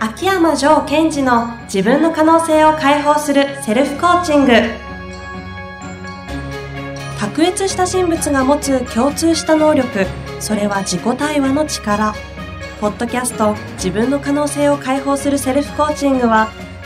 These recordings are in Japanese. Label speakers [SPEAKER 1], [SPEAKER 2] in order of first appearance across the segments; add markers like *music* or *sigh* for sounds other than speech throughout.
[SPEAKER 1] 秋山城賢治の自分の可能性を解放するセルフコーチング卓越した人物が持つ共通した能力それは自己対話の力ポッドキャスト自分の可能性を解放するセルフコーチングは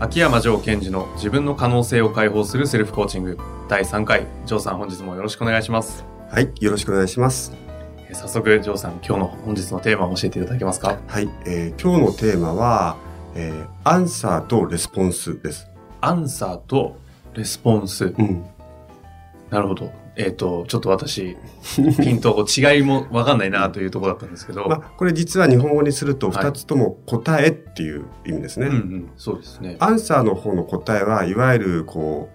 [SPEAKER 2] 秋山城賢治の自分の可能性を解放するセルフコーチング第3回。城さん本日もよろしくお願いします。
[SPEAKER 3] はい、よろしくお願いします。
[SPEAKER 2] えー早速、城さん今日の本日のテーマを教えていただけますか
[SPEAKER 3] はい、えー今日のテーマは、えーアンサーとレスポンスです。
[SPEAKER 2] アンサーとレスポンス。
[SPEAKER 3] うん。
[SPEAKER 2] なるほど。えっ、と、ちょっと私、ピンとこう違いもわかんないなというところだったんですけど。
[SPEAKER 3] まあ、これ実は日本語にすると
[SPEAKER 2] はい
[SPEAKER 3] 2つとも答えっていう意味ですね。
[SPEAKER 2] うんうん、そうですね。
[SPEAKER 3] アンサーの方の答えはいわゆるこ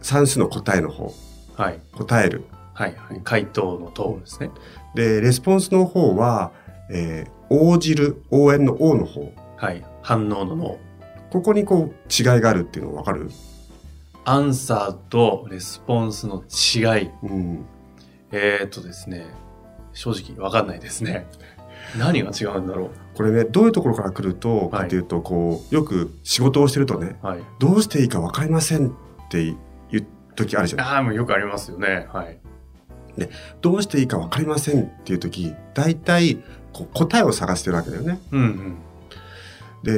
[SPEAKER 3] う、算数の答えの方、
[SPEAKER 2] はい。
[SPEAKER 3] 答える。
[SPEAKER 2] はい、はい。回答の等ですね。
[SPEAKER 3] で、レスポンスの方は、えー応じる、応援の応の方。
[SPEAKER 2] はい。反応の脳。
[SPEAKER 3] ここにこう違いがあるっていうのわかる
[SPEAKER 2] アンサーとレスポンスの違い。
[SPEAKER 3] うん。
[SPEAKER 2] えー、っとですね、正直わかんないですね。 *laughs* 何が違うんだろ
[SPEAKER 3] これね、どういうところから来ると、
[SPEAKER 2] はい
[SPEAKER 3] かというと、こう、よく仕事をしてるとね、
[SPEAKER 2] う。はい。
[SPEAKER 3] どうしていいか分かりませんって言う時あるじゃない
[SPEAKER 2] ああ、もうよくありますよね。はい。
[SPEAKER 3] どうしていいか分かりませんっていう時大体こう答えを探してるわけだよね。
[SPEAKER 2] うんうん。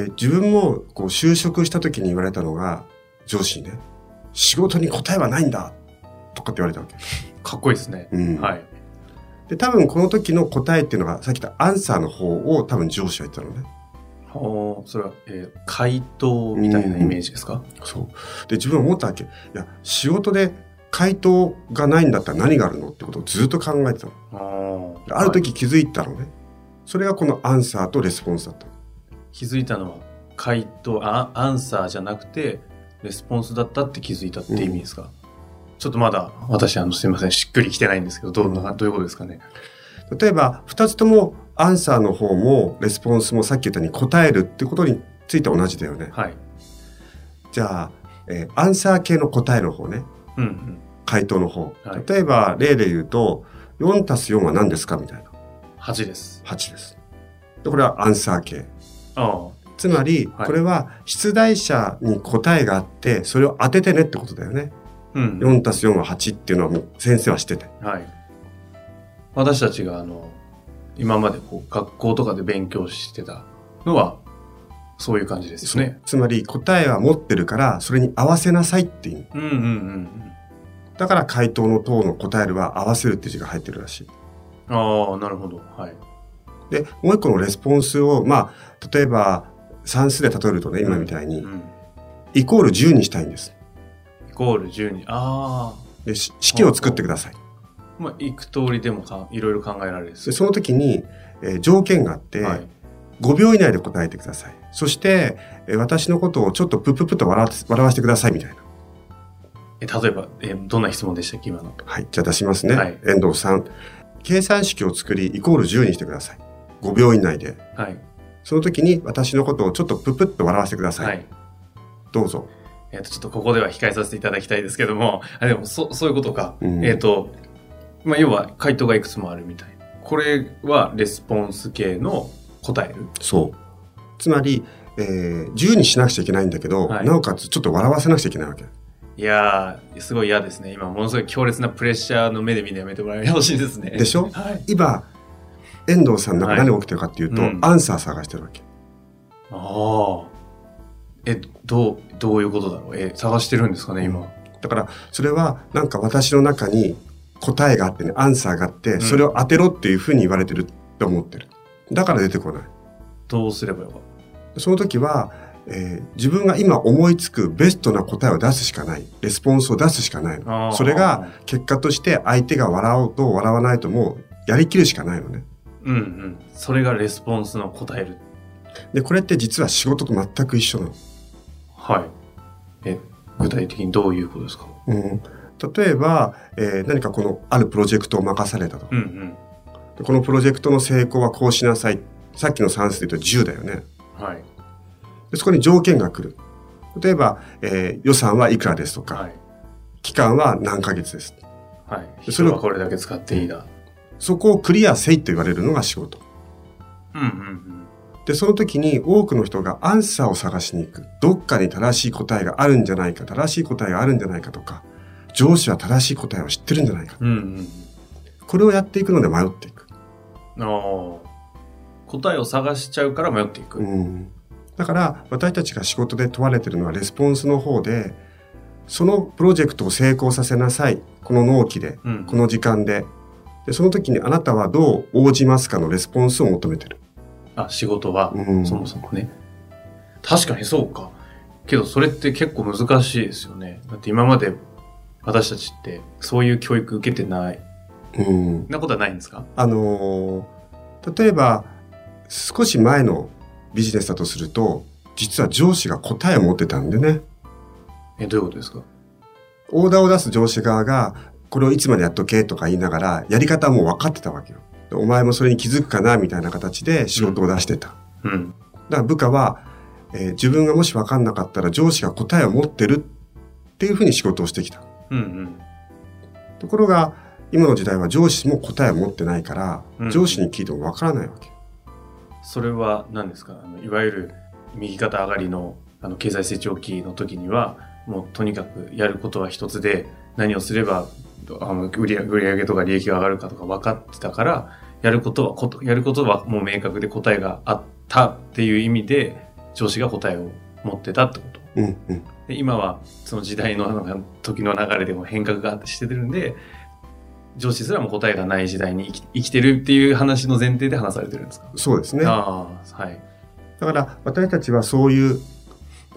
[SPEAKER 3] で自分もこう就職した時に言われたのが上司にね「仕事に答えはないんだ」とかって言われたわけ。
[SPEAKER 2] かっこいいですね。
[SPEAKER 3] うん
[SPEAKER 2] はい。
[SPEAKER 3] で多分この時の答えっていうのがさっき言ったアンサーの方を多分上司は言ったのね。
[SPEAKER 2] おーそれは、えー回答みたいなイメージですか、
[SPEAKER 3] そうで自分は思ったわけ。いや仕事で回答がないんだったら何があるのってことをずっと考えてたの。
[SPEAKER 2] あ
[SPEAKER 3] で
[SPEAKER 2] ー
[SPEAKER 3] あ
[SPEAKER 2] は
[SPEAKER 3] る
[SPEAKER 2] い
[SPEAKER 3] 時気づいたのね。それがこのアンサーとレスポンスだった。
[SPEAKER 2] 気づいたのは、回答あ、アンサーじゃなくて、レスポンスだったって気づいたって意味ですか、ちょっとまだ、私、あの、すみません、しっくりきてないんですけど、どんな、どういうことですかね。
[SPEAKER 3] 例えば2つともアンサーの方もレスポンスもさっき言ったように答えるってことについては同じだよね。
[SPEAKER 2] はい。
[SPEAKER 3] じゃあ、えーアンサー系の答えの方ね
[SPEAKER 2] うんうん。
[SPEAKER 3] 回答の方、
[SPEAKER 2] はい
[SPEAKER 3] 例えば例で言うと4たす4は何ですかみたいな
[SPEAKER 2] 8です。
[SPEAKER 3] 8です。でこれはアンサー系
[SPEAKER 2] ああ。
[SPEAKER 3] つまり
[SPEAKER 2] はい
[SPEAKER 3] これは出題者に答えがあってそれを当ててねってことだよね。
[SPEAKER 2] うん。
[SPEAKER 3] 4たす4は8っていうのはもう先生は知ってて。
[SPEAKER 2] はい。私たちがあの、今までこう学校とかで勉強してたのは、そういう感じですよね。
[SPEAKER 3] つまり答えは持ってるからそれに合わせなさいって意味。
[SPEAKER 2] うんうんうん
[SPEAKER 3] だから回答の等の答えるは合わせるって字が入ってるらしい。
[SPEAKER 2] うん。ああ、なるほど。はい。
[SPEAKER 3] で、もう一個のレスポンスを、まあ、例えば算数で例えるとね、今みたいに、
[SPEAKER 2] うん。
[SPEAKER 3] イコール10にしたいんです。
[SPEAKER 2] イコール12。あ
[SPEAKER 3] で、し式を作ってください。
[SPEAKER 2] あ。まあ、いく通りでもかいろいろ考えられるです
[SPEAKER 3] で、その時に、えー条件があって、
[SPEAKER 2] はい。
[SPEAKER 3] 5秒以内で答えてください。そして、えー私のことをちょっとプップップッと笑わせ笑わせてくださいみたいな。
[SPEAKER 2] え例えば、えどんな質問でしたっけ、今の。
[SPEAKER 3] はい、じゃあ出しますね。
[SPEAKER 2] はい
[SPEAKER 3] 遠藤さん。計算式を作り、イコール10にしてください。5秒以内で。
[SPEAKER 2] はい。
[SPEAKER 3] その時に、私のことをちょっとプップッと笑わせてください。
[SPEAKER 2] はい。
[SPEAKER 3] どうぞ。
[SPEAKER 2] えっ、と、ちょっとここでは控えさせていただきたいですけども、あ、でも、そ、そういうことか。
[SPEAKER 3] うん
[SPEAKER 2] えっ、と、まあ、要は、回答がいくつもあるみたい。これは、レスポンス系の答える。
[SPEAKER 3] そう。つまり、えー自由にしなくちゃいけないんだけど、
[SPEAKER 2] はい
[SPEAKER 3] なおかつちょっと笑わせなくちゃいけないわけ。
[SPEAKER 2] いやー、すごい嫌ですね。今、ものすごい強烈なプレッシャーの目で見るのやめてもらえてほしいですね。
[SPEAKER 3] でしょ
[SPEAKER 2] はい。
[SPEAKER 3] 今、遠藤さんの中
[SPEAKER 2] はい
[SPEAKER 3] 何が起きてるかっていうと、
[SPEAKER 2] うん
[SPEAKER 3] アンサー探してるわけ。
[SPEAKER 2] ああ。え、どう、どういうことだろうえ、探してるんですかね、今。
[SPEAKER 3] だから、それはなんか私の中に答えがあってね、アンサーがあって、
[SPEAKER 2] ん
[SPEAKER 3] それを当てろっていうふうに言われてるって思ってる。だから出てこない。
[SPEAKER 2] どうすればよかっ
[SPEAKER 3] その時は、えー自分が今思いつくベストな答えを出すしかない。レスポンスを出すしかない
[SPEAKER 2] あー
[SPEAKER 3] の。それが結果として相手が笑おうと笑わないともうやりきるしかないのね。
[SPEAKER 2] うんうん。それがレスポンスの答える。
[SPEAKER 3] でこれって実は仕事と全く一緒なの
[SPEAKER 2] はい。え、具体的にどういうことですか
[SPEAKER 3] うん、例えば、えー何かこのあるプロジェクトを任されたと、
[SPEAKER 2] うんうん。
[SPEAKER 3] でこのプロジェクトの成功はこうしなさいさっきの算数で言うと10だよね
[SPEAKER 2] はい。
[SPEAKER 3] でそこに条件が来る例えば、えー予算はいくらですとか、
[SPEAKER 2] はい。
[SPEAKER 3] 期間は何ヶ月です
[SPEAKER 2] はい。
[SPEAKER 3] で
[SPEAKER 2] そ
[SPEAKER 3] そ
[SPEAKER 2] れ
[SPEAKER 3] れを
[SPEAKER 2] はこれだけ使っていいだ。
[SPEAKER 3] そこをクリアせいと言われるのが仕事
[SPEAKER 2] うんうん
[SPEAKER 3] でその時に多くの人がアンサーを探しに行くどっかに正しい答えがあるんじゃないか正しい答えがあるんじゃないかとか上司は正しい答えを知ってるんじゃないか
[SPEAKER 2] うん。うんうん。
[SPEAKER 3] これをやっていくので迷っていく、
[SPEAKER 2] あー答えを探しちゃうから迷っていく。
[SPEAKER 3] うん、だから私たちが仕事で問われてるのはレスポンスの方でそのプロジェクトを成功させなさいこの納期で
[SPEAKER 2] うん
[SPEAKER 3] この時間ででその時にあなたはどう応じますかのレスポンスを求めてる、
[SPEAKER 2] あ、仕事は、
[SPEAKER 3] うん、
[SPEAKER 2] そもそもね。確かにそうか。けどそれって結構難しいですよね。だって今まで私たちってそういう教育受けてない。
[SPEAKER 3] うん
[SPEAKER 2] そんなことはないんですか
[SPEAKER 3] あのー例えば少し前のビジネスだとすると実は上司が答えを持ってたんでね
[SPEAKER 2] え、どういうことですか
[SPEAKER 3] オーダーを出す上司側がこれをいつまでやっとけとか言いながらやり方はもう分かってたわけよ。でお前もそれに気づくかなみたいな形で仕事を出してた。
[SPEAKER 2] うん。
[SPEAKER 3] だから部下は、えー自分がもし分かんなかったら上司が答えを持ってるっていうふうに仕事をしてきた。
[SPEAKER 2] うん
[SPEAKER 3] ところが今の時代は上司も答えを持ってないから、
[SPEAKER 2] うん
[SPEAKER 3] 上司に聞いても分からないわけ。
[SPEAKER 2] うん。それは何ですかあのいわゆる右肩上がりのあの経済成長期の時には、もうとにかくやることは一つで、何をすればあの売り上売り上げとか利益が上がるかとか分かってたから、やることはこと、やることはもう明確で答えがあったっていう意味で、上司が答えを持ってたってこと。
[SPEAKER 3] うんうん。
[SPEAKER 2] で今はその時代のなんか時の流れでも変革があってしてるんで上司すらも答えがない時代に生き生きてるっていう話の前提で話されてるんですか、
[SPEAKER 3] そうですね。
[SPEAKER 2] ああはい
[SPEAKER 3] だから私たちはそういう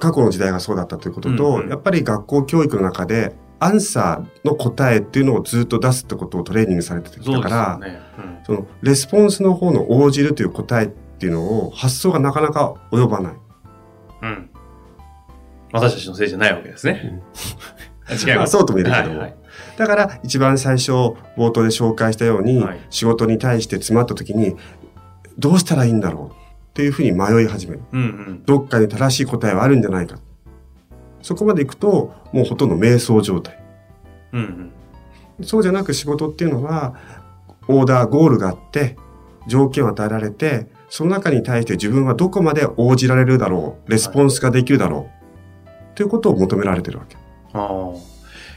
[SPEAKER 3] 過去の時代がそうだったということと、
[SPEAKER 2] うんうん
[SPEAKER 3] やっぱり学校教育の中でアンサーの答えっていうのをずっと出すってことをトレーニングされてき
[SPEAKER 2] そ
[SPEAKER 3] た
[SPEAKER 2] うで
[SPEAKER 3] か
[SPEAKER 2] す
[SPEAKER 3] ら
[SPEAKER 2] よね、うん
[SPEAKER 3] そのレスポンスの方の応じるという答えっていうのを発想がなかなか及ばない。
[SPEAKER 2] うん私たちのせいじゃないわけですね、違い
[SPEAKER 3] ま
[SPEAKER 2] ま
[SPEAKER 3] あ、
[SPEAKER 2] す
[SPEAKER 3] そうとも言えるけ
[SPEAKER 2] は
[SPEAKER 3] ど
[SPEAKER 2] い
[SPEAKER 3] も、
[SPEAKER 2] はい
[SPEAKER 3] だから一番最初冒頭で紹介したように、
[SPEAKER 2] はい
[SPEAKER 3] 仕事に対して詰まった時にどうしたらいいんだろうっていうふうに迷い始める。
[SPEAKER 2] うんうん
[SPEAKER 3] どっかに正しい答えはあるんじゃないか。そこまで行くともうほとんど瞑想状態。
[SPEAKER 2] うんうん
[SPEAKER 3] そうじゃなく仕事っていうのは、オーダー、ゴールがあって、条件を与えられて、その中に対して自分はどこまで応じられるだろう、レスポンスができるだろう、ということを求められてるわけ。
[SPEAKER 2] あ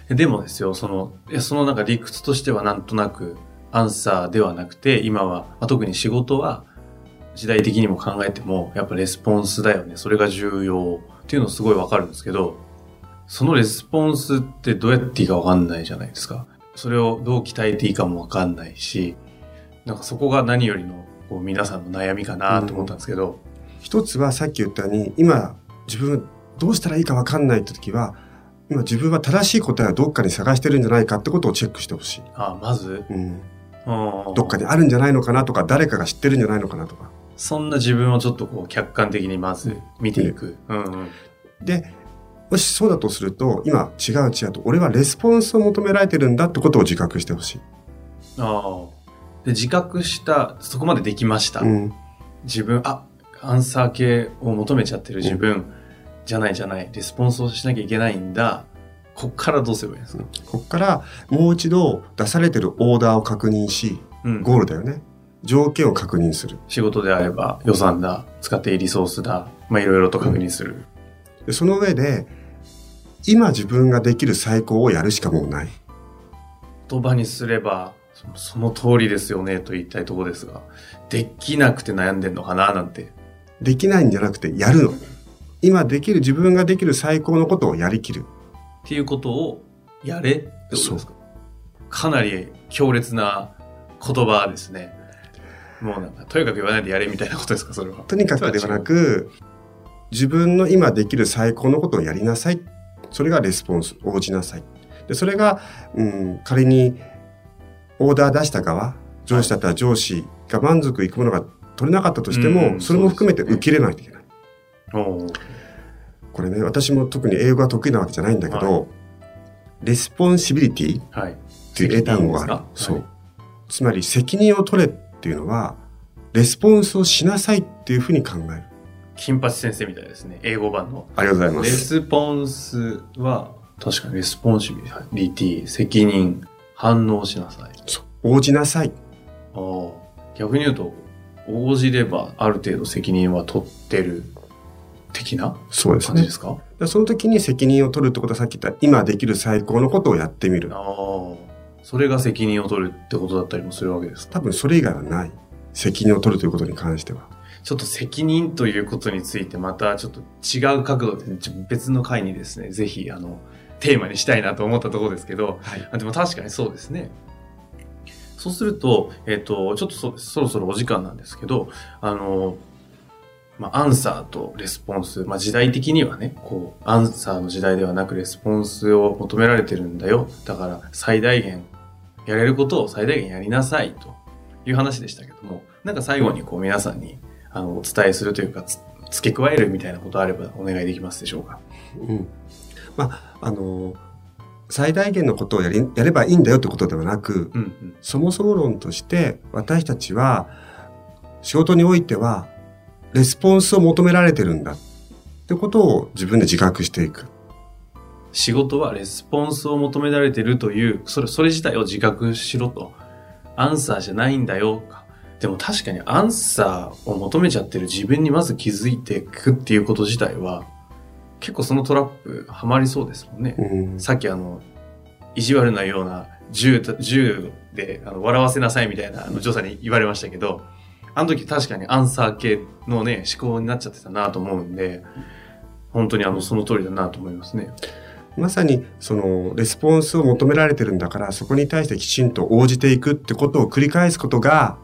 [SPEAKER 2] あでもですよそのいやそのなんか理屈としてはなんとなくアンサーではなくて今は、まあ、特に仕事は時代的にも考えてもやっぱレスポンスだよねそれが重要っていうのすごいわかるんですけどそのレスポンスってどうやっていいかわかんないじゃないですかそれをどう鍛えていいかもわかんないしなんかそこが何よりのこう皆さんの悩みかなと思ったんですけど、
[SPEAKER 3] 一つはさっき言ったように、今自分どうしたらいいかわかんないって時は、今自分は正しい答えをどっかに探してるんじゃないかってことをチェックしてほしい。
[SPEAKER 2] ああまず
[SPEAKER 3] うん、
[SPEAKER 2] ど
[SPEAKER 3] どっかにあるんじゃないのかなとか、誰かが知ってるんじゃないのかなとか。
[SPEAKER 2] そんな自分をちょっとこう客観的にまず見ていく。うんうん。
[SPEAKER 3] で、もしそうだとすると、今違う違うと、俺はレスポンスを求められてるんだってことを自覚してほしい。
[SPEAKER 2] ああ。で、自覚した、そこまでできました。
[SPEAKER 3] うん、
[SPEAKER 2] 自分、あ、アンサー系を求めちゃってる自分、じゃないじゃない、レスポンスをしなきゃいけないんだ。こっからどうすればいいですか
[SPEAKER 3] ここからもう一度出されてるオーダーを確認し、
[SPEAKER 2] うん。
[SPEAKER 3] ゴールだよね。条件を確認する。
[SPEAKER 2] 仕事であれば予算だ、使っていいリソースだ、まあいろいろと確認する。
[SPEAKER 3] でその上で、今自分ができる最高をやるしかもうない。
[SPEAKER 2] 言葉にすれば、そその通りですよねと言いたいところですが、できなくて悩んでんのかななんて。
[SPEAKER 3] できないんじゃなくてやるの。今できる、自分ができる最高のことをやりきる。
[SPEAKER 2] っていうことをやれってことですかかなり強烈な言葉ですねもうなんかとにかく言わないでやれみたいなことですかそれは
[SPEAKER 3] とにかくではなく、自分の今できる最高のことをやりなさい。それがレスポンス、応じなさい。で、それが、うん、仮に、オーダー出した側、上司だったら上司が満足いくものが取れなかったとしても、
[SPEAKER 2] うん
[SPEAKER 3] それも含めて
[SPEAKER 2] そうですね
[SPEAKER 3] 受け入れないといけない。
[SPEAKER 2] おー
[SPEAKER 3] これね私も特に英語が得意なわけじゃないんだけど、レスポンシビリティっ
[SPEAKER 2] はい。
[SPEAKER 3] ていう英単語がある、
[SPEAKER 2] 責
[SPEAKER 3] そ
[SPEAKER 2] 任
[SPEAKER 3] うつまり責任を取れっていうのはレスポンスをしなさいっていうふうに考える
[SPEAKER 2] 金八先生みたいですね。英語版の。
[SPEAKER 3] ありがとうございま
[SPEAKER 2] レ
[SPEAKER 3] す
[SPEAKER 2] スポンスは、確かにレスポンシビリティ、責任、反応しなさい。
[SPEAKER 3] そう応じなさい
[SPEAKER 2] あー逆に言うと、応じればある程度責任は取ってる的な
[SPEAKER 3] そうです
[SPEAKER 2] 感じ
[SPEAKER 3] ね
[SPEAKER 2] ですか、
[SPEAKER 3] でその時に責任を取るってことはさっき言った今できる最高のことをやってみる
[SPEAKER 2] ああ、それが責任を取るってことだったりもするわけですか
[SPEAKER 3] 多分それ以外はない責任を取るということに関しては
[SPEAKER 2] ちょっと責任ということについてまたちょっと違う角度でちょ別の回にですね、ぜひあのテーマにしたいなと思ったところですけど、
[SPEAKER 3] はい
[SPEAKER 2] あでも確かにそうですね。そうすると、えっ、と、ちょっとそそろそろお時間なんですけど、あの、まあ、アンサーとレスポンス、まあ、時代的にはね、こう、アンサーの時代ではなくレスポンスを求められてるんだよ。だから最大限、やれることを最大限やりなさいという話でしたけども、なんか最後にこう皆さんにあのお伝えするというか、つ付け加えるみたいなことあればお願いできますでしょうか。
[SPEAKER 3] うん、まああの最大限のことをやりやればいいんだよってことではなく
[SPEAKER 2] うんうん。
[SPEAKER 3] そもそも論として私たちは仕事においてはレスポンスを求められてるんだってことを自分で自覚していく
[SPEAKER 2] 仕事はレスポンスを求められてるという、それ、それ自体を自覚しろと。アンサーじゃないんだよか。でも確かにアンサーを求めちゃってる自分にまず気づいていくっていうこと自体は、結構そのトラップはまりそうですもんね。
[SPEAKER 3] うん
[SPEAKER 2] さっきあの、意地悪なような銃と、銃であの笑わせなさいみたいなあの女さんに言われましたけど、あの時確かにアンサー系のね、思考になっちゃってたなと思うんで、本当にあの、その通りだなと思いますね。
[SPEAKER 3] まさにそのレスポンスを求められてるんだからそこに対してきちんと応じていくってことを繰り返すことが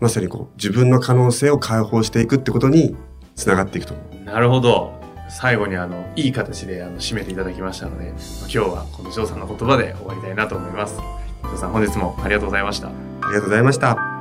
[SPEAKER 3] まさにこう自分の可能性を解放していくってことにつながっていくと思う。
[SPEAKER 2] なるほど。最後にあの、いい形であの締めていただきましたので、今日はこのジョーさんの言葉で終わりたいなと思います。ジョーさん本日もありがとうございました。
[SPEAKER 3] ありがとうございました。